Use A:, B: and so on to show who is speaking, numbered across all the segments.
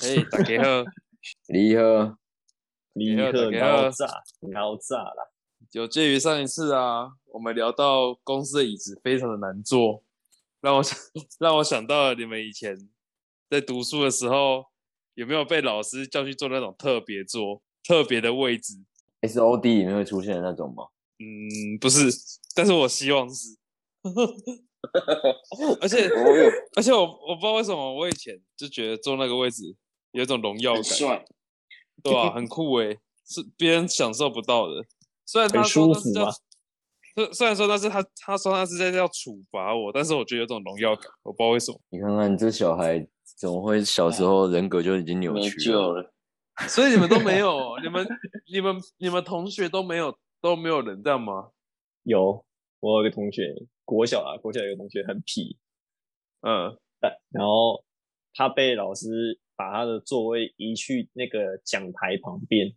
A: 嘿，哎大家好，
B: 你好，
A: 你
C: 你
A: 好
C: 很
A: 大家好
C: 高炸，你好炸啦！
A: 有介于上一次啊，我们聊到公司的椅子非常的难坐，让我想 让我想到了你们以前在读书的时候，有没有被老师叫去坐那种特别桌、特别的位置？
B: S O D 里面会出现的那种吗？
A: 嗯，不是，但是我希望是。 而且
D: 我有
A: 而且我我不知道为什么我以前就觉得坐那个位置有一种荣耀
D: 很
A: 感，
D: 帅，
A: 对 吧、很酷诶、是别人享受不到的。虽然他
C: 很
A: 说
C: 舒
A: 那是
C: 服
A: 叫
C: 啊，
A: 虽虽然说那是他他说他是在要处罚我，但是我觉得有种荣耀感，我不知道为什么。
B: 你看看你这小孩怎么会小时候人格就已经扭
D: 没
B: 曲了？
D: 救了。
A: 所以你们都没有，哦你们你们你们同学都没有都没有人这样吗？
C: 有我有个同学，国小啊，国小有个同学很痞，
A: 嗯，
C: 但然后他被老师把他的座位移去那个讲台旁边，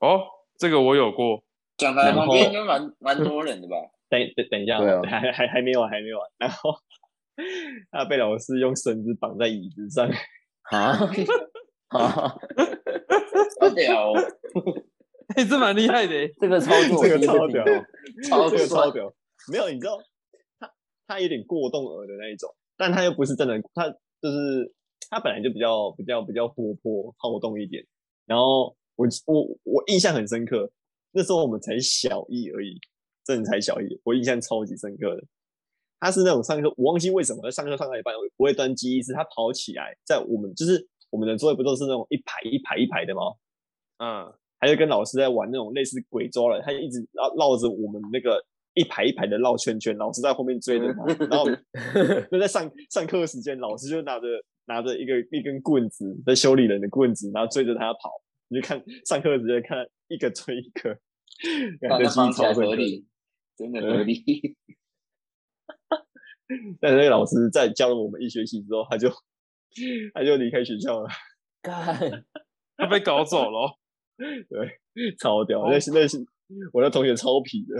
A: 哦，这个我有过，
D: 讲台
C: 然
D: 旁边
C: 后
D: 应该蛮蛮多人的吧？
C: 等等等一下，
B: 对啊
C: 还还还没完，还没完。然后 他被老师用绳子绑在椅子上，
B: 啊 啊！
D: 不屌哦，
A: 哎、这蛮厉害的欸。
B: 这个操作我
C: 这个
B: 第一次
C: 超
B: 听
C: 屌
B: 到，
D: 超
C: 这个超
D: 帅，
C: 屌。没有，你知道他他有点过动儿的那一种，但他又不是真的，他就是他本来就比较比较比较活泼好动一点。然后我我我印象很深刻，那时候我们才小一而已，真的才小一，我印象超级深刻的。他是那种上课，我忘记为什么上课上到一半，我我也端记忆是他跑起来，在我们就是我们的座位不都是那种一排一排一排的吗？
A: 嗯，
C: 他就跟老师在玩那种类似鬼抓人，他就一直绕绕着我们那个一排一排的绕圈圈，老师在后面追着他，
D: 嗯
C: 然 后那在上上课时间，老师就拿着拿着一个一根棍子，在修理人的棍子，然后追着他跑，你就看上课时间看一个追一个，
D: 把
C: 感觉
D: 它
C: 超
D: 绑起来合
C: 深刻。
D: 理，真的合理。
C: 但是那个老师在教了我们一学期之后，他就 他就离开学校了，
B: 干
A: 他被搞走了哦。
C: 超
D: 哦
C: 屌！那是那是我那同学超皮的。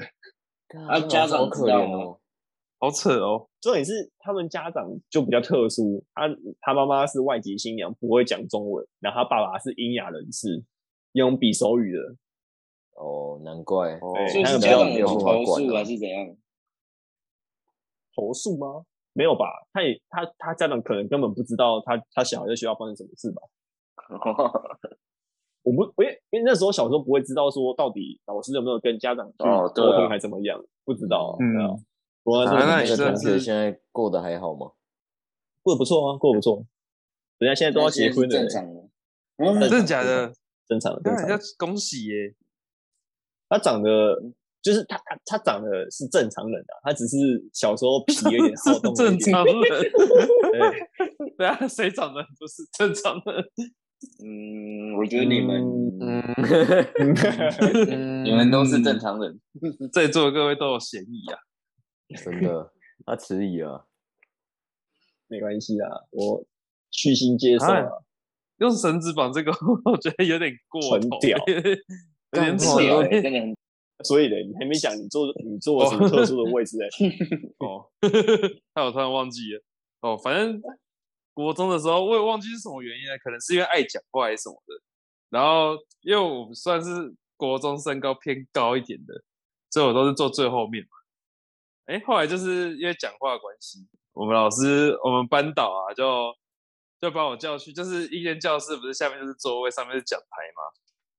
B: 干，
D: 啊
B: 好
D: 家长
B: 可
D: 知道
B: 怜
D: 吗
B: 哦。
A: 好扯哦，
C: 重点是他们家长就比较特殊，他他妈妈是外籍新娘，不会讲中文，然后他爸爸是英雅人士，用比手语的，
B: 哦，难怪
A: 哦
D: 所以
C: 他
D: 是
C: 有
D: 家长
C: 没有
D: 有去
C: 办
B: 法
D: 投
B: 管
D: 诉
B: 啊
D: 还是怎样？
C: 投诉吗？没有吧？他也他他家长可能根本不知道他他小孩在学校发生什么 事吧？我不，我也因为那时候小时候不会知道说到底老师有没有跟家长去
D: 哦对啊
C: 沟通还怎么样，不知道啊。
A: 嗯
C: 对啊，我
B: 啊
C: 那时候
A: 那
B: 那
A: 你
B: 个
A: 真的
B: 同学
A: 是
B: 现在过得还好 吗？
C: 过得不错啊，过得不错，人家现在都要
D: 那
C: 结
D: 些
C: 婚
D: 是
C: 了、
D: 正
C: 欸，
D: 常的。嗯，
A: 真的假的？
C: 正常的，
A: 那
C: 正常
A: 人
C: 的
A: 家。啊恭喜 耶！
C: 他长得就是他他他长得是正常人啊，他只是小时候皮有点 好
A: 是
C: 动了一
A: 正
C: 点，
A: 常人，
C: 对，
A: 对啊，谁长得不是正常人？
D: 嗯，我觉得你们
B: 嗯，
D: 你们都是
A: 嗯
D: 正常人，
A: 在座的各位都有嫌疑啊。
B: 真的，他迟疑了。
C: 没关系啊，我虚心接受啊，
A: 用绳子绑这个， 我觉得有点过头，
C: 很屌
A: 有点
B: 干
A: 扯
B: 话
D: 屌欸
A: 欸
D: 真的很
C: 所以呢，你还没讲你坐你坐什么特殊的 位置哎、
A: 哦。害我突然忘记了哦，反正国中的时候我也忘记是什么原因了，可能是因为爱讲话还是什么的。然后因为我们算是国中身高偏高一点的，所以我都是坐最后面嘛。哎，后来就是因为讲话的关系，我们老师我们班导啊就就把我叫去，就是一间教室不是下面就是座位，上面是讲台嘛，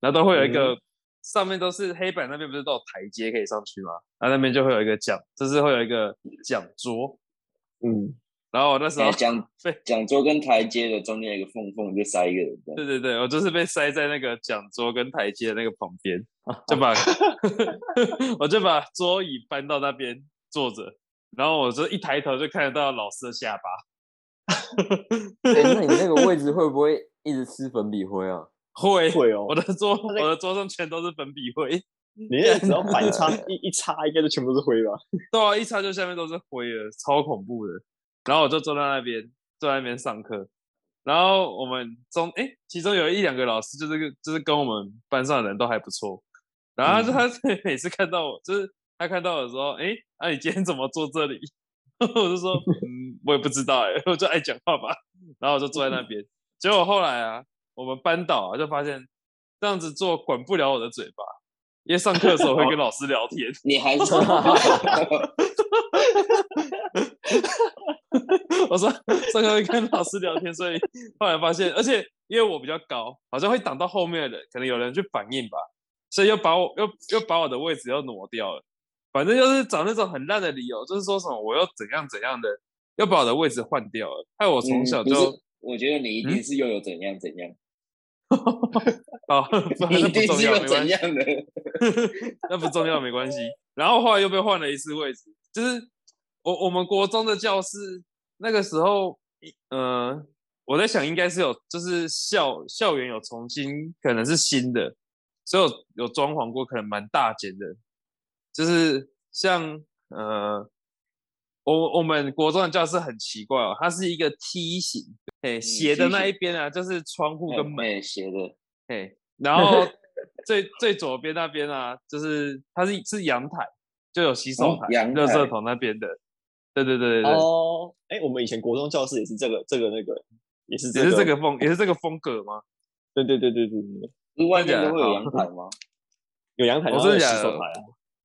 A: 然后都会有一个、上面都是黑板那边不是都有台阶可以上去吗？然后那边就会有一个讲，就是会有一个讲桌。
C: 嗯，
A: 然后我那时候
D: 哎讲讲座跟台阶的中间有一个缝缝，就塞一个人这样。
A: 对对对，我就是被塞在那个讲桌跟台阶的那个旁边，就把 我就把桌椅搬到那边坐着，然后我就一抬头就看得到老师的下巴，
B: 哎，那你那个位置会不会一直吃粉笔灰 啊？
A: 会，
C: 会哦
A: 我，的桌
C: 那个
A: 我的桌上全都是粉笔灰，
C: 你那个只要反差一一擦，应该就全部是灰吧？
A: 对啊，一擦就下面都是灰了，超恐怖的。然后我就坐在那边，坐在那边上课。然后我们中哎，其中有一两个老师就是跟就是跟我们班上的人都还不错。然后他就、他 每次看到我，就是他看到我说，哎，那、你今天怎么坐这里？ 欸我就说，嗯，我也不知道哎、我就爱讲话吧。然后我就坐在那边，结果后来啊，我们班导啊就发现这样子做管不了我的嘴巴，因为上课的时候会跟老师聊天，
D: 你 还是
A: 我说上课会跟老师聊天，所以后来发现，而且因为我比较高，好像会挡到后面的人，可能有人去反应吧，所以又把我又又把我的位置又挪掉了。反正就是找那种很烂的理由，就是说什么我又怎样怎样的，又把我的位置换掉了，害我从小
D: 嗯不
A: 就是
D: 我觉得你一
A: 嗯
D: 定是又有怎样怎样，
A: 啊，
D: 你
A: 那
D: 一
A: 不
D: 定
A: 重
D: 是
A: 要，
D: 又
A: 没关
D: 怎
A: 系，
D: 样的。
A: 那不重要，没关系。然后后来又被换了一次位置，就是我我们国中的教室那个时候，呃，我在想应该是有，就是校校园有重新，可能是新的，所以有有装潢过，可能蛮大间的，就是像呃，我我们国中的教室很奇怪哦，它是一个梯形，哎，斜的
D: 嗯梯
A: 那
D: 形
A: 一边啊，就是窗户跟门。
D: 哎写的，
A: 嘿，然后最最左边那边啊，就是它是是阳台，就有洗手
D: 哦
A: 台、
D: 阳
A: 热色
D: 台
A: 桶那边的。对对对对对，
C: 哦，哎，我们以前国中教室也是这个这个那个，也是
A: 也是这，个风，也是这个风格吗？
C: 对对对对对对，
D: 因为外
A: 真
D: 面
A: 的啊
D: 都会有阳台吗？
C: 有阳台，
A: 哦
C: 然后有
A: 真的
C: 洗
A: 假
C: 手
A: 的
C: 台啊，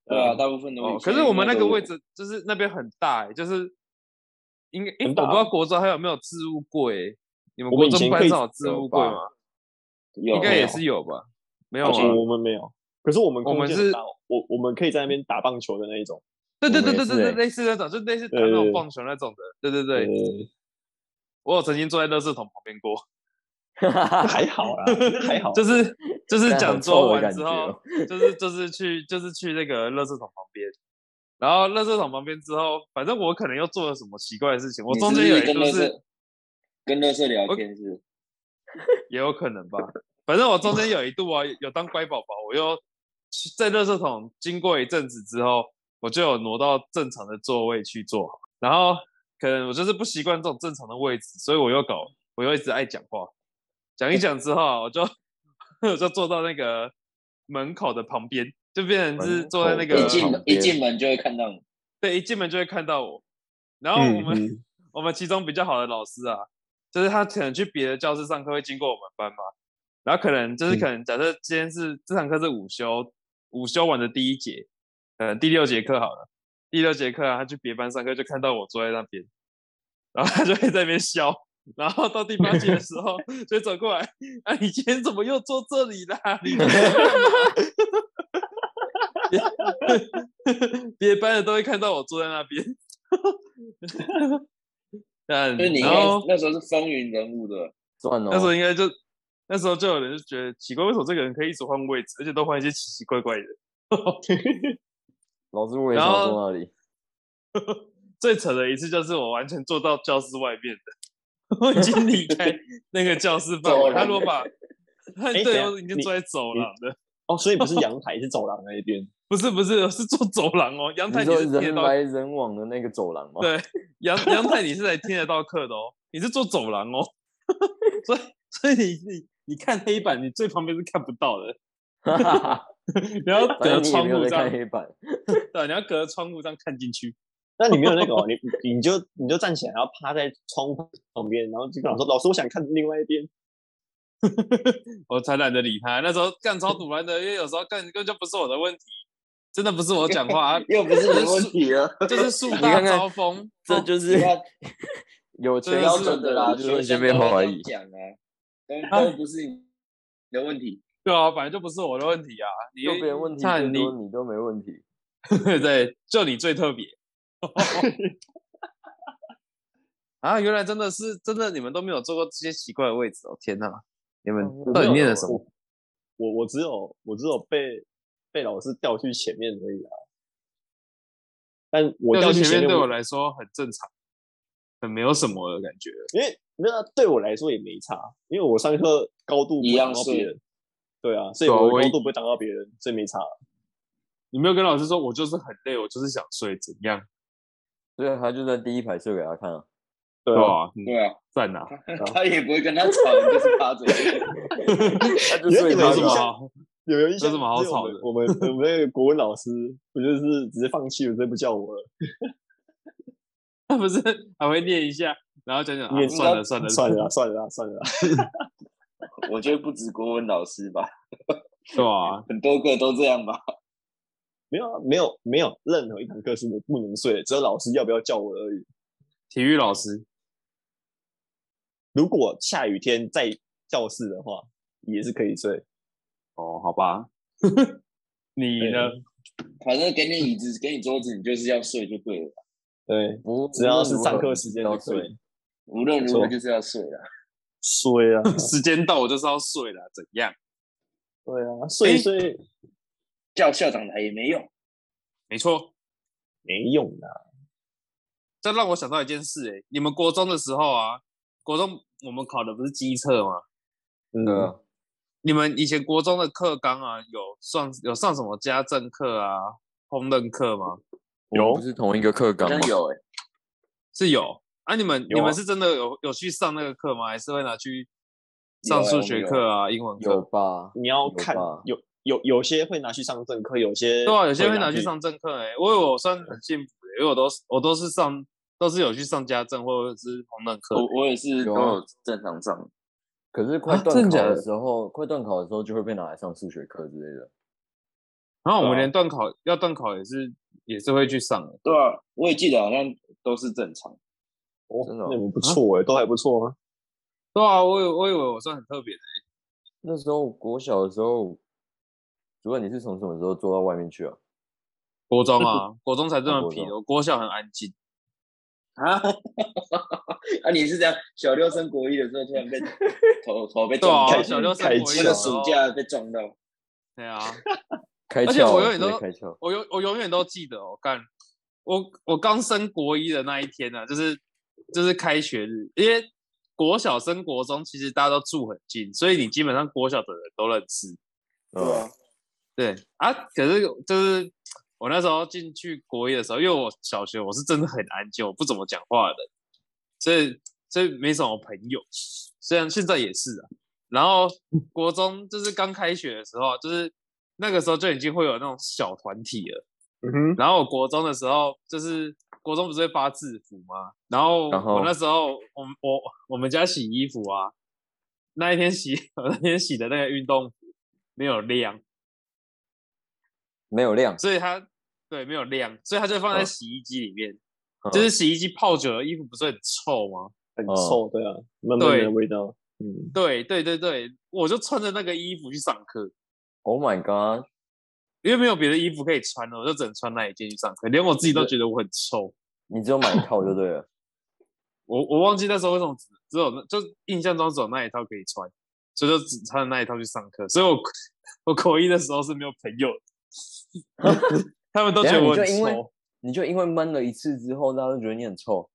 D: 对啊，大部分都
A: 哦
D: 会。，
A: 可是我们那
D: 现在
A: 个
D: 都有
A: 位，置就是那边很大、欸，就是应该、诶
C: 很
A: 我不知
C: 大
A: 道国中还有没有置物柜、欸？你们
C: 我
A: 国
C: 们以
A: 中
C: 前可
A: 班
C: 以
A: 上有置
D: 有
A: 物柜
D: 吧
A: 吗？
D: 有
A: 应该也
D: 有
A: 是有吧？没有
C: 而
A: 吗
C: 且？我们没有，可是我们
A: 我
C: 空
A: 们
C: 间
A: 是
C: 很大哦，我我们可以在那边打棒球的那一种，
A: 对对对对
B: 我们也
A: 对
B: 是
A: 对，
B: 欸
A: 类似那种，就类似打
C: 对
A: 那种
C: 对对
A: 棒球那种的。对对对，
C: 呃，
A: 我有曾经坐在垃圾桶旁边过。
C: 还好啦，那还好，
A: 就是就是
B: 但
A: 讲
B: 很
A: 座
B: 臭的
A: 完
B: 感
A: 之
B: 觉
A: 后
B: 哦，
A: 就是就是去就是去那个垃圾桶旁边，然后垃圾桶旁边之后，反正我可能又做了什么奇怪的事情，我
D: 你
A: 中
D: 是
A: 间
D: 不
A: 有
D: 是
A: 一
D: 跟
A: 度
D: 乐
A: 是
D: 色跟乐色聊
A: 我
D: 天是
A: 也有可能吧，反正我中间有一度啊有当乖宝宝，我又去在垃圾桶经过一阵子之后，我就有挪到正常的座位去坐，然后可能我就是不习惯这种正常的位置，所以我又搞我又一直爱讲话，讲一讲之后啊，我就 我就坐到那个门口的旁边，就变成是
B: 门
A: 坐在
B: 口
A: 那
B: 的
A: 个
D: 一进门
B: 旁
D: 一
B: 边
D: 进门就会看到你，
A: 对一进门就会看到我，然后我
C: 嗯，
A: 们、
C: 嗯
A: 我们其中比较好的老师啊，就是他可能去别的教室上课会经过我们班嘛，然后可能就是
C: 嗯
A: 可能假设今天是这堂课是午休，午休完的第一节，呃第六节课好了，第六节课啊他去别班上课就看到我坐在那边，然后他就会在那边笑，然后到第八节的时候就走过来，啊你今天怎么又坐这里啦？你 别班的都会看到我坐在那边。嗯，
D: 就是你应
A: 然
D: 该
A: 后
D: 那时候是风云人物的，
B: 算哦，
A: 那时候应该就那时候就有人就觉得奇怪，为什么这个人可以一直换位置，而且都换一些奇奇怪怪的。
B: 老师我也
A: 然
B: 想
A: 后
B: 坐那里，
A: 最扯的一次就是我完全坐到教室外面的， 我已经离开那个教室范
D: 走
A: 围。
D: 廊
A: 他如果 把，他
C: 哎
A: 对我
C: 等下
A: 已经
C: 你
A: 坐在走
C: 你
A: 廊的，
C: 哦，所以不是阳台，是走廊那一边，
A: 不是不是是坐走廊哦，阳台
B: 你
A: 你
B: 说
A: 是贴
B: 人
A: 到
B: 来人往的那个走廊吗？
A: 对，阳阳台你是来听得到课的哦，你是坐走廊哦， 所以所以你你你看黑板，你最旁边是看不到的，你要
B: 反
A: 隔
B: 正你也
A: 窗
B: 没有
A: 户
B: 在
A: 这
B: 看
A: 样，
B: 黑板，
A: 对，你要隔窗户这样看进去。
C: 那你没有那个哦，你你就你就站起来，然后趴在窗户旁边，然后就跟老师说，老师我想看另外一边，
A: 我才懒得理他。那时候干超堵然的，因为有时候干根本就不是我的问题，真的不是我讲话，啊
D: 又不是你的问题啊了，
A: 就是树
B: 你
A: 大
B: 看看
A: 招风。
B: 这
A: 哦
B: 就是
D: 你 要
B: 有
A: 标
B: 钱
D: 标
B: 人
A: 准
D: 准
A: 的
D: 的
A: 啦
D: 啦，
B: 就会
D: 学
B: 先
D: 生
B: 被
D: 都会
B: 怀
D: 这样
B: 疑。
D: 讲啊，都都不是你的问题，
A: 对啊，本来就不是我的问题啊，你
B: 就别人问题
A: 那
B: 最
A: 你
B: 多，你都没问题。
A: 对，就你最 特别。啊，原来真的是真的，你们都没有坐过这些奇怪的位置哦！天哪，你们
B: 哦我
A: 到
C: 没
A: 底
C: 有
A: 念
C: 的
A: 了什么？
C: 我我只有我只有被被老师调去前面而已啊。但我调
A: 掉
C: 去
A: 去前
C: 前
A: 面对
C: 我
A: 我来说很正常，很没有什么的感觉。
C: 因为那对我来说也没差，因为我上课高度不
D: 一
C: 会挡
D: 样
C: 到
D: 是
C: 别人，对啊，所以
A: 对啊
C: 我
A: 我
C: 的
A: 也
C: 高度不会挡到别人，所以没差。
A: 你没有跟老师说，我就是很累，我就是想睡，怎样？
B: 对啊，他就在第一排秀给他看啊。
C: 对
A: 对
C: 啊，
A: 吧？嗯
D: 对啊，
A: 赞呐！
D: 他也不会跟他吵，你就是趴着。
B: 他啊就
C: 你
B: 睡
C: 你
B: 着
C: 们
A: 有什么
C: 是不是
B: 了。
A: 好？
C: 有有印
A: 这
C: 象
A: 有什么好
C: 就是我
A: 吵
C: 们
A: 的
C: 我们我们那个国文老师，不就是直接放弃了，直接不叫我了。
A: 啊 他不是还会念一下，然后讲讲、
C: 你也
A: 啊、
D: 知
A: 算
D: 道
A: 了算了
C: 算了 啦，算了啦，算了啦。
D: 我觉得不止国文老师吧，
A: 对啊吧、
D: 很多个都这样吧。
C: 没有啊，没有，没有任何一堂课是我不能睡的，只有老师要不要叫我而已。
A: 体育老师
C: 如果下雨天在教室的话，也是可以睡。
A: 哦，好吧，你呢？
D: 反正给你椅子，给你桌子，你就是要睡就对了。
C: 对，
B: 不，
C: 只要
B: 无论
C: 是
B: 如何
C: 上课时间就
B: 都
C: 可
B: 睡
C: 以。
D: 无论如
C: 没
D: 何
C: 错
D: 就是要睡了。
C: 睡啊，
A: 时间到我就是要睡了，怎样？
C: 对啊，睡一
A: 诶
C: 睡
D: 叫校长来也没用。
A: 没错，
C: 没用的、
A: 这让我想到一件事、欸，哎，你们国中的时候啊，国中我们考的不是机测吗？
C: 嗯，
B: 呃，
A: 你们以前国中的课纲啊，有上有上什么家政课啊、烹饪课吗？
C: 有
B: 不是同一个课
D: 好
B: 纲
D: 像
B: 吗？
D: 有哎、
A: 是有啊，你们、
C: 有啊
A: 你们是真的有有去上那个课吗？还是会拿去上
D: 有啊
A: 数学课啊、英文课？
B: 有吧？
C: 你要
B: 有
C: 看
B: 吧
C: 有有有些会拿去上正课，有些
A: 对啊，有些会拿
C: 拿
A: 去上政课哎、我有我算很幸福、欸，因为我都是我都是上都是有去上家政或者是烹饪课
D: 我。我也是
B: 有
D: 都
B: 啊
D: 有正常上，
B: 可是快
A: 啊
B: 断
A: 真的
B: 考
A: 假的
B: 的时候，快断考的时候就会被拿来上数学课之类的。
A: 然后我们
C: 对啊
A: 连段考要段考也是也是会去上欸的，
D: 对啊，我也记得好像都是正常。
C: 哦，
B: 真的哦
C: 那我不错哎、都还不错啊。
A: 对啊，我以为我以为我算很特别的，欸
B: 那时候国小的时候，主任你是从什么时候坐到外面去啊？
A: 国中啊，国中才这么
B: 啊国
A: 皮
B: 中
A: 的，我国小很安静，
D: 啊， 啊，你是这样？小六升国一的时候突然 被头头被
A: 对
D: 撞到
A: 啊，
C: 开，
A: 小六升
C: 开
A: 国一
D: 那
A: 的
D: 个
A: 时
D: 暑
A: 候，
D: 假被撞到。
A: 对啊，
B: 开
A: 而且
B: 窍
A: 我
B: 了，
A: 永远
B: 直接
A: 都
B: 开窍。
A: 我永我永远都记得哦，干，我我刚升国一的那一天呢、啊，就是就是开学日，因为国小升国中其实大家都住很近，所以你基本上国小的人都认识。
D: 对
B: 嗯，
D: 啊，
A: 对啊，可是就是我那时候进去国一的时候，因为我小学我是真的很安静，我不怎么讲话的人，所以所以没什么朋友，虽然现在也是啊。然后国中就是刚开学的时候，就是那个时候就已经会有那种小团体了。
C: 嗯哼，
A: 然后我国中的时候，就是国中不是会发制服吗？然后
B: 然后
A: 我那时候，我们我我们家洗衣服啊，那一天洗 我那天洗的那个运动服没有晾，
B: 没有量，
A: 所以它对没有晾，所以它就放在
B: 嗯
A: 洗衣机里面。
B: 嗯
A: 就是洗衣机泡久了，衣服不是很臭吗？
C: 很
B: 哦
C: 臭，对啊，慢
A: 嗯
C: 慢
A: 对
C: 的味道，嗯，
A: 对对对对，我就穿着那个衣服去上课，
B: Oh my god！
A: 因为没有别的衣服可以穿了，我就只能穿那一件去上课，连我自己都觉得我很臭。
B: 你只有买一套就对了。
A: 我我忘记那时候为什么只只有那就印象中只有那一套可以穿，所以就只穿那一套去上课。所以我我国一的时候是没有朋友的， 他们都觉得我很
B: 等一下你就因为
A: 臭。
B: 你就因为闷了一次之后，大家都觉得你很臭。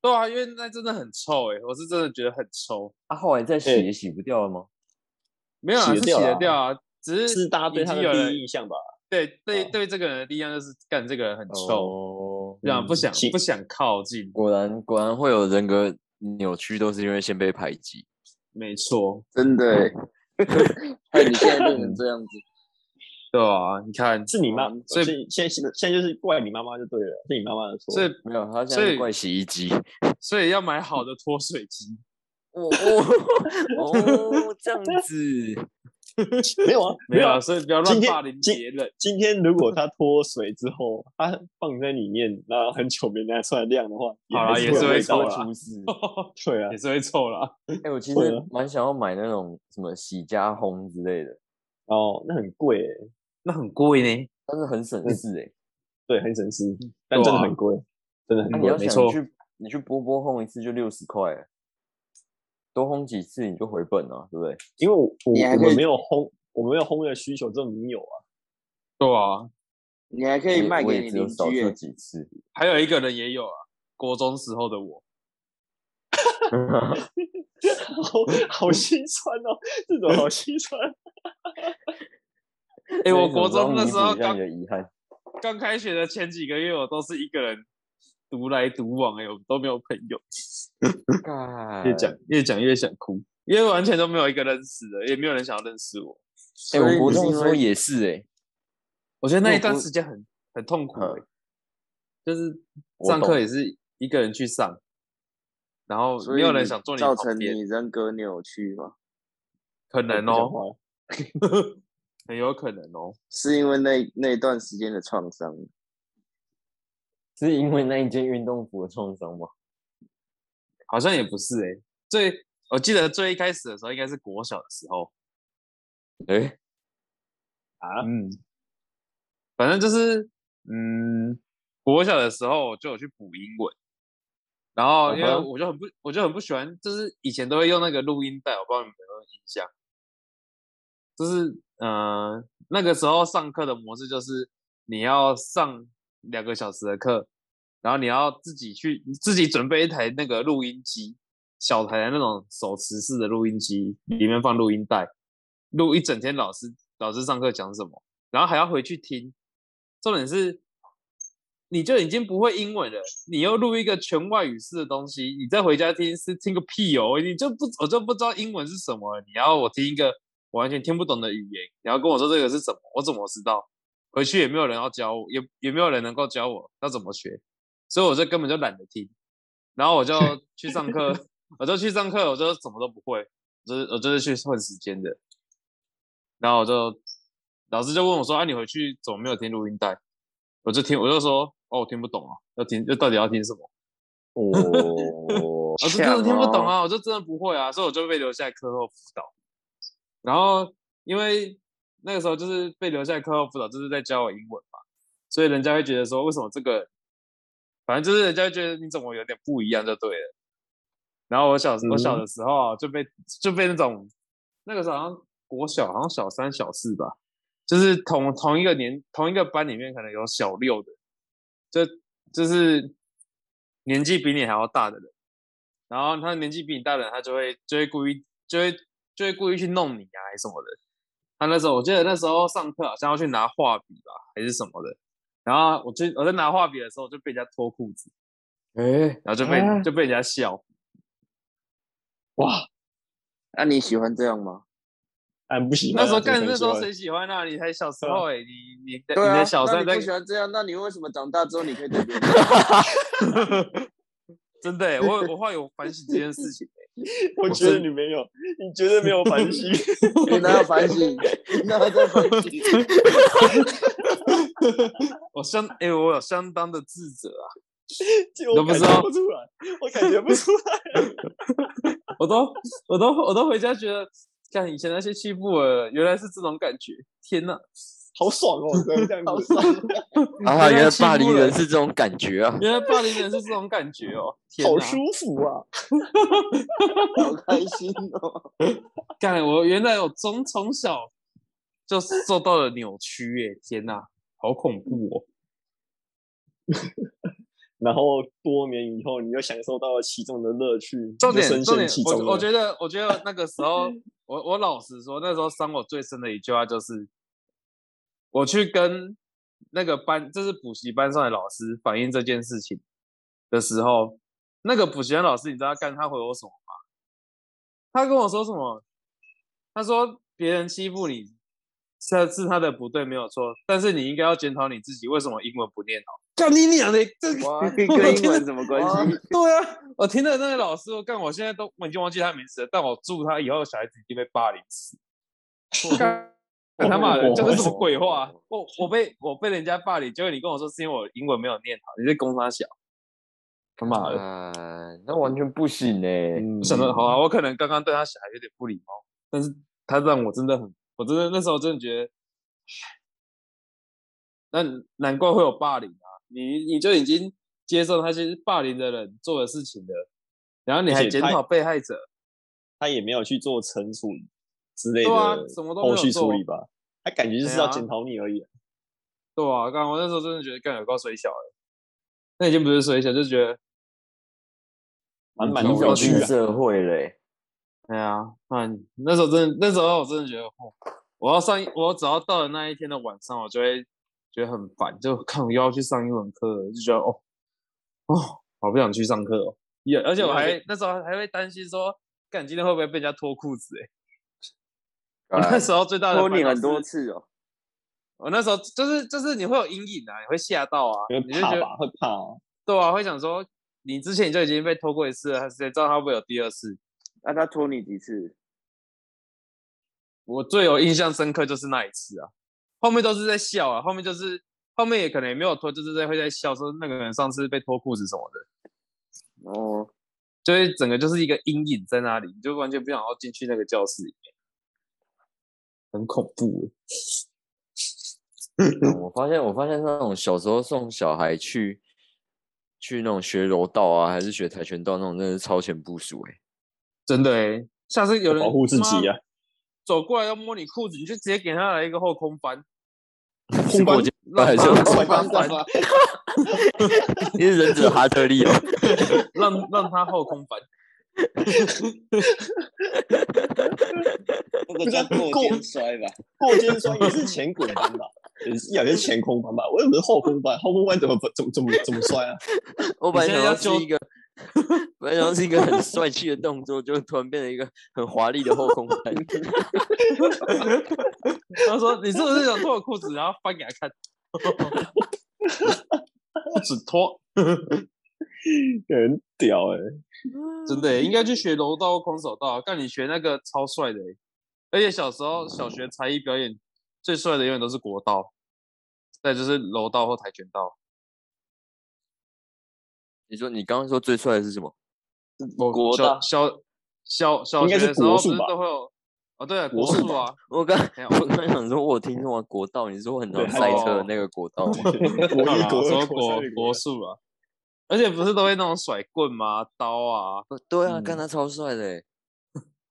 A: 对啊，因为那真的很臭哎、我是真的觉得很臭。
B: 啊，后来再洗
C: 对
B: 也洗不掉了吗？
A: 没有啊，
C: 洗得
A: 是洗
C: 掉
A: 得
C: 啦
A: 掉啊，只
C: 是
A: 是
C: 大家对
A: 已
C: 他
A: 经
C: 的
A: 有人
C: 第一印象吧？
A: 对对
C: 哦
A: 对这个人的第一印象就是干这个人很臭，
B: 哦，
A: 这样不
C: 嗯
A: 想
C: 洗
A: 不想靠近。
B: 果然果然会有人格扭曲，都是因为先被排挤。
A: 没错，
D: 真的、欸。哎，你现在变成这样子，
A: 对啊，你看，
C: 是你妈，
A: 所以
C: 所以嗯现在现在就是怪你妈妈就对了，是你妈妈的错。
A: 所以
B: 没有，他现
A: 所
B: 在
A: 以
B: 是怪洗衣机。
A: 所以要买好的脱水机。
B: 哦哦哦， 这样子。
C: 没有啊，
A: 没有啊，
C: 啊。
A: 所以不要乱
C: 今天
A: 霸凌
C: 今
A: 别人。
C: 今天如果它脱水之后，它放在里面，然后很久没拿出来晾的话，
A: 好啦
C: 还
A: 也
C: 是
A: 是
C: 有
A: 会
C: 味道
A: 臭
C: 啦
B: 出事。
C: 对啊
A: 也，是会臭啦。
B: 哎、我其
C: 会
B: 实
C: 啊
B: 蛮想要买那种什么洗加烘之类的，
C: 哦，那很贵欸，
A: 那很贵呢。
B: 但是很省事哎、
C: 对，很省事，但
A: 啊
C: 真的很贵，真的很
B: 那、你
C: 贵
B: 要。
A: 没
B: 想
A: 错
B: 你去你去波波烘一次就六十块欸，多烘几次你就回本了、对不对？
C: 因为我我
D: 你还
C: 我
D: 可以
C: 们没有烘，我们没有烘的需求，这没有啊。
A: 对啊，
D: 你还可
B: 可
D: 以卖
B: 我
D: 给
B: 也
D: 你
B: 只有
D: 邻
B: 少
D: 居、
B: 做
D: 欸。
B: 几 次。
A: 还有一个人也有啊，国中时候的我，
C: 好好心酸哦，这种好心酸。
A: 哎、
B: 所
A: 我
B: 以
A: 国
B: 怎么
A: 中
B: 知道
A: 的时候
B: 弥补一下你
A: 刚
B: 的遗憾，
A: 刚开学的前几个月，我都是一个人独来独往、哎，我都没有朋友。越
B: 干。
A: 讲越讲越想哭，因为完全都没有一个认识的，也没有人想要认识我。
B: 哎、
D: 所
B: 我
D: 以
B: 国
D: 你是
B: 中的
D: 因
B: 时候
D: 为
B: 也是哎、
A: 我觉得那一段
B: 我
A: 时间很很痛苦、
B: 嗯
A: 哎就是
B: 我
A: 上课
B: 懂
A: 也是一个人去上，然后
D: 所以
A: 没有人想做你
D: 造
A: 旁
D: 成
A: 边，
D: 你人格扭曲嘛？
A: 可
C: 我
A: 能
C: 不想
A: 哦，
C: 花了
A: 很有可能哦。
D: 是因为那那段时间的创伤，
B: 是因为那一件运动服的创伤吗？
A: 好像也不是哎、最我记得最一开始的时候应该是国小的时候，
B: 哎、
C: 啊，
A: 嗯，反正就是嗯，国小的时候就有去补英文，然后因为
B: 嗯哼
A: 我就很不我就很不喜欢，就是以前都会用那个录音带，我不知道你们有没有印象，就是呃那个时候上课的模式就是你要上两个小时的课，然后你要自己去自己准备一台那个录音机，小台的那种手持式的录音机，里面放录音带，录一整天老师老师上课讲什么，然后还要回去听。重点是，你就已经不会英文了，你又录一个全外语式的东西，你再回家听是听个屁哦！你就不我就不知道英文是什么了，你要我听一个我完全听不懂的语言，你要跟我说这个是什么，我怎么知道？回去也没有人要教我，也也没有人能够教我要怎么学，所以我就根本就懒得听，然后我就去上课，我就去上课，我就什么都不会，我就是我就是去混时间的，然后我就老师就问我说：“啊，你回去怎么没有听录音带？”我就听，我就说：“哦，我听不懂啊，要听，就到底要听什么？我就真
B: 哦，
A: 的
D: 呛
A: 听不懂
D: 哦
A: 啊，我就真的不会啊，所以我就被留下来课后辅导。然后因为那个时候就是被留下来课后辅导，就是在教我英文嘛，所以人家会觉得说，为什么这个，反正就是人家会觉得你怎么有点不一样就对了。然后我小我小
C: 嗯
A: 的时候啊就被就被那种那个时候好像国小好像小三小四吧，就是同同一个年同一个班里面可能有小六的，就就是年纪比你还要大的人，然后他年纪比你大的人，他就会就会故意就会就会故意去弄你啊，还是什么的。他那时候我记得那时候上课好像要去拿画笔吧，还是什么的。然后我去我在拿画笔的时候，我就被人家脱裤子，
B: 哎、
A: 然后就被、
C: 啊
A: 就被人家笑。
C: 哇，
D: 那、啊你喜欢这样吗？
C: 俺不喜
A: 那
C: 欢啊。
A: 时候
C: 这个
A: 干
C: 可以
A: 那时候
C: 说
A: 谁喜欢啊？你才小时
C: 对啊
A: 候哎、你你的、
D: 嗯对
A: 你
D: 啊，
A: 的小
D: 那
A: 三
D: 你
A: 在
D: 不喜欢这样，那你为什么长大之后你可以对别人？
A: 真的、欸，我有我后来有反省这件事情、
C: 我
A: 我
C: 觉得
A: 是
C: 你没有，你绝对没有反省。
D: 你哪有反省？你哪有在反省？
A: 我相哎、我有相当的自责啊，
C: 就我
A: 都不
C: 感
A: 知
C: 觉
A: 道
C: 不出来，我感觉不出来。
A: 我都我都我都回家觉得，像以前那些欺负我的，原来是这种感觉，天哪！
C: 好爽哦，这样
D: 好
C: 子。
D: 爽！
B: 啊，原来霸
A: 欺负
B: 凌
A: 人
B: 人是这种感觉啊！
A: 原来霸凌人是这种感觉哦，天
C: 好
A: 哪！
C: 舒服啊！
D: 好开心哦！
A: 干，我原来我从从小就受到了扭曲耶，天哪，好恐怖哦！
C: 然后多年以后，你又享受到了其中的乐趣，
A: 重
C: 你就
A: 点
C: 深
A: 重
C: 陷
A: 点
C: 其，中
A: 我我觉
C: 得
A: 得我觉得那个时候，我我老实说，那时候伤我最深的一句话就是，我去跟那个班，就是补习班上的老师反映这件事情的时候，那个补习班老师你知道他干他回我什么吗？他跟我说什么？他说别人欺负你，这是他的不对，没有错，但是你应该要检讨你自己，为什么英文不念好？干你娘的！这个
D: 哇，啊 跟跟英文什么关
A: 啊
D: 系？
A: 对啊，我听到那个老师，我干，我现在都我已经忘记他名字了，但我祝他以后小孩子一定被霸凌死。 干 他妈的，这是什么鬼话啊？我我被我被人家霸凌，结果你跟我说是因为我英文没有念好，你在攻他小，他 妈的！
B: 啊，那完全不行欸呢、
C: 嗯
A: 我想到好啊，我可能刚刚对他小孩有点不礼貌，但是他让我真的很，我真的那时候真的觉得，那难怪会有霸凌啊！你你就已经接受他是霸凌的人做的事情了，然后你
C: 而
A: 还
C: 且
A: 检
C: 他
A: 讨被害者，
C: 他也没有去做惩处之类
A: 对
C: 的
A: 啊，什么都没
C: 后
A: 有
C: 续
A: 做
C: 处，理吧。他感觉就是
A: 对啊
C: 要检讨你而已。
A: 对啊，刚我那时候真的觉得干有够水小了，那已经不是水小，就觉得
C: 满满
A: 的
B: 你走
A: 扭
C: 扭
A: 曲
C: 曲
B: 进
C: 啊！
B: 社会嘞、
A: 对啊，嗯，那时候真的，那时候我真的觉得，哦、我要上一，我只要到了那一天的晚上，我就会觉得很烦，就看我又要去上英文课了，就觉得哦，哦，好不想去上课哦，也而且我还那时候还会担心说，干今天会不会被人家脱裤子、欸？我 那时候最大的
D: 拖
A: 烦
D: 你
A: 恼
D: 很多
A: 是，
D: 次哦，
A: 我那时候就是就是你会有阴影啊，你会吓到啊，
C: 因为
A: 你就觉
C: 怕
A: 得
C: 吧，会怕哦。
A: 对啊，会想说你之前就已经被偷过一次了，谁知道他会不会有第二次？
D: 那、啊他拖你几次？
A: 我最有印象深刻就是那一次啊，后面都是在笑啊，后面就是后面也可能也没有脱，就是在会在笑说那个人上次被脱裤子什么的，
D: 哦，
A: 就会整个就是一个阴影在那里，你就完全不想要进去那个教室里面。
C: 很恐怖。
B: 嗯我发现，我发现那种小时候送小孩去去那种学柔道啊，还是学跆拳道那种，真的是超前部署哎、
A: 真的哎、下次有人
C: 保护自己啊，
A: 走过来要摸你裤子，你就直接给他来一个后空 翻，
B: 是过肩还是
A: 让他
C: 快
A: 后
C: 翻
A: 空
C: 快
A: 翻，
C: 翻！
B: 你是忍者哈特 利哦，
A: 让让他后空翻。
D: 那个叫过肩摔 吧？
C: 过肩摔也是前滚翻吧，也是也是前空翻吧？我也不是后空翻，后空翻怎么怎么怎么怎么 摔啊？
B: 我本来
A: 你现在
B: 想
A: 要
B: 要是
A: 纠
B: 一个， 本来想要是一个很帅气的动作，就突然变成一个很华丽的后 空翻。
A: 他说：“你是不是想脱我裤子？”然后翻给他看， 不止脱，
C: 很屌
B: 欸
C: 哎、
A: 真
C: 嗯
A: 的耶应该去学柔道、空手道。但你学那个超帅的耶，而且小时候小学才艺表演最帅的永远都是国道，再就是柔道或跆拳道。
B: 你说你刚刚说最帅的是什么？
A: 我
D: 国道
A: 小小小
C: 应该
A: 学
C: 是
A: 的时候
C: 国
A: 不
C: 术
A: 是
C: 吧
A: 都会有哦，对啊，
C: 国
A: 国
C: 术
A: 术啊，
B: 我刚
A: 没有
B: 我刚想说，我听说完国道，你说我很
C: 对
B: 常赛
A: 还
B: 车的
A: 有
B: 那个国
A: 哦
B: 道吗？
C: 国
A: 干
C: 一
A: 嘛
C: 国
A: 什么国
C: 二三一
A: 国术啊，而且不是都会那种甩棍吗？刀啊，
B: 呃对啊，看
C: 嗯
B: 他超帅的欸，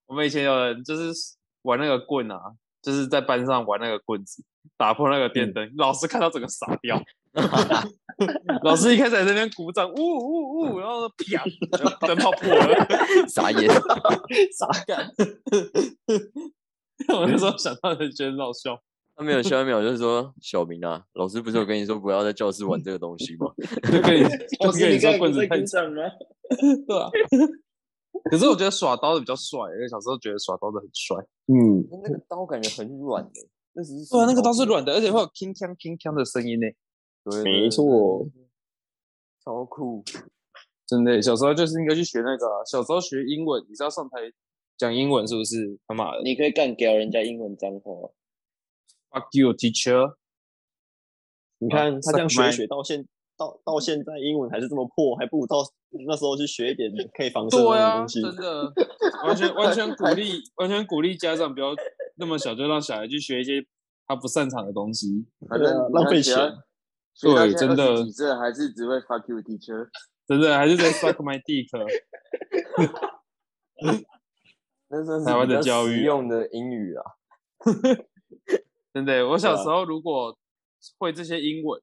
A: 我们以前有人就是玩那个棍啊，就是在班上玩那个棍子，打破那个电灯，老师看到整个傻掉。老师一开始在那边鼓掌，呜呜呜，然后啪，灯泡破了。
B: 傻眼。
C: 傻干，
A: 我那时候想到就觉得很好笑。
B: 他没有下一秒就是说，小明啊，老师不是有跟你说不要在教室玩这个东西吗？
A: 就跟你
D: 老
A: 就
D: 师，
A: 跟
D: 你
A: 你
D: 刚
A: 说棍
D: 才不哦是
A: 子
D: 在
A: 太
D: 鼓掌吗？
A: 对啊。可是我觉得耍刀的比较帅，因为小时候觉得耍刀的很帅。
C: 嗯，
B: 那 个刀感觉很软诶、那只是
A: 对啊，
B: 手
A: 那个刀
B: 刀
A: 是
B: 片，
A: 软的，而且会有铿锵铿锵的声音呢。
B: 对
C: 没，
B: 对
C: 错
B: 对对超酷。
A: 真的耶，小时候就是应该去学那个啊、小时候学英文，你知道上台讲英文是不是？他妈的
D: 你可以干掉人家英文脏话。
A: ，fuck you teacher。
C: 你看他这样
A: suck
C: 学
A: my-
C: 学到现到到现在英文还是这么破，还不如到那时候去学一点可以防身
A: 对
C: 的
A: 啊，
C: 东西。
A: 真的，完全完全鼓励，完全鼓励家长不要那么小就让小孩去学一些他不擅长的东西，
D: 反
C: 对啊
D: 正你
C: 浪
D: 看
C: 费
D: 学到
C: 钱。
D: 学到
A: 对
D: 现在
A: 真的
D: 20几岁还是只会 fuck you teacher。
A: 真的还是在 suck my dick。
B: 那算是
A: 台湾
B: 比
A: 的
B: 较
A: 教
B: 实
A: 育啊
B: 用的英语啊，
A: 真的，我小
C: 对啊
A: 时候如果会这些英文，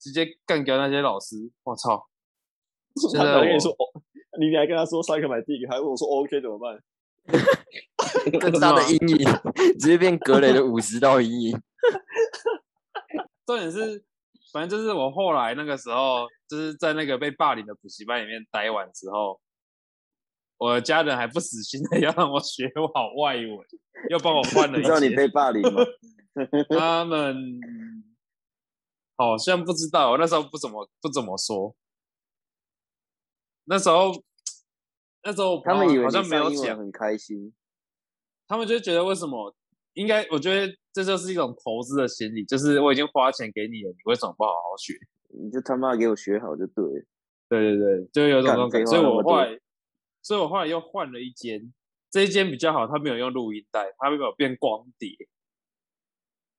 A: 直接干掉那些老师，我操！现
C: 他
A: 在
C: 本来跟
A: 我
C: 你说，哦，你还跟他说 “suck my dick”，还问我说 “OK” 怎么办？
B: 更大的
A: 真的吗
B: 阴影，直接变格雷的五十道 阴影。
A: 重点是，反正就是我后来那个时候，就是在那个被霸凌的补习班里面待完之后，我的家人还不死心 的要让我学好外文，又帮我 换了
D: 你知道
A: 一
D: 你
A: 节。
D: 被霸凌 吗？
A: 他们好像不知道，我那时候不怎么不怎么说。那时候，那时候我
D: 他们以为
A: 哦好
D: 你
A: 像
D: 上
A: 没有
D: 英
A: 讲
D: 文，很开心。
A: 他们就觉得为什么应该？我觉得这就是一种投资的心理，就是我已经花钱给你了，你为什么不好好学？
D: 你就他妈给我学好就对了。
A: 对对对，就有种
D: 干
A: 那种感
D: 废
A: 觉。所
D: 话
A: 以
D: 那
A: 我
D: 么
A: 后
D: 多
A: 来，所以我后来又换了一间，这一间比较好，它没有用录音带，它没有变光碟，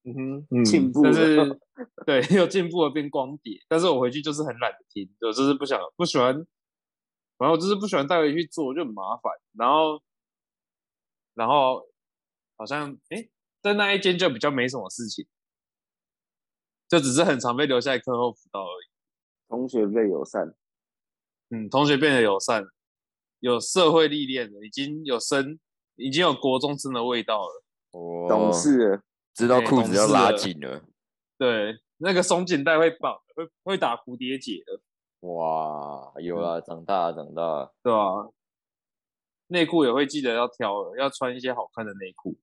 C: 嗯哼，嗯，
D: 进步
A: 但
D: 了，
A: 是 对又进步了变光碟。但是我回去就是很懒得听，我就是不想不喜欢，反正我就是不喜欢带回去做，就很麻烦。然后，然后好像诶，在那一间就比较没什么事情，就只是很常被留下来课后辅导而已。
D: 同学比较友
A: 哦
D: 善。
A: 嗯，同学变得友善了，有社会历练了，已经有生，已经有国中生的味道了。
D: 懂
B: 哦，
D: 事了，
B: 知道
A: 哎
B: 裤
A: 懂
B: 子要
A: 事
B: 拉
A: 了
B: 紧了。
A: 对，那个松紧带会绑，会会打蝴蝶结的，
B: 哇，有
A: 嗯
B: 啦，长大了，长大了。
A: 对吧、内裤也会记得要挑了，要穿一些好看的内裤。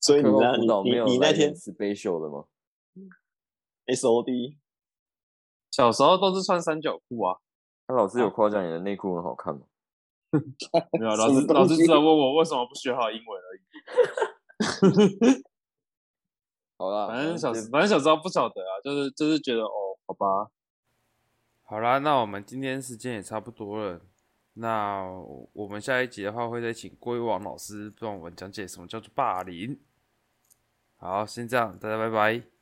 C: 所以你
B: 课后
C: 那
B: 辅导没
C: 你
B: 有
C: 你你
B: 来
C: 那
B: 点
C: 天
B: special 的吗？
C: S O D
A: 小时候都是穿三角裤啊，
B: 那老师有夸奖你的内裤很好看吗？
A: 没有
D: 什
A: 老
D: 么
A: 师老
D: 东
A: 师
D: 西
A: 只有问我为什么不学好英文而已。
B: 好啦，
A: 反正小
B: 是
A: 时反正小时候不晓得啊，就是就是觉得哦，好吧。好啦，那我们今天时间也差不多了。那我们下一集的话，会再请龟王老师帮我们讲解什么叫做霸凌。好，先这样，大家拜拜。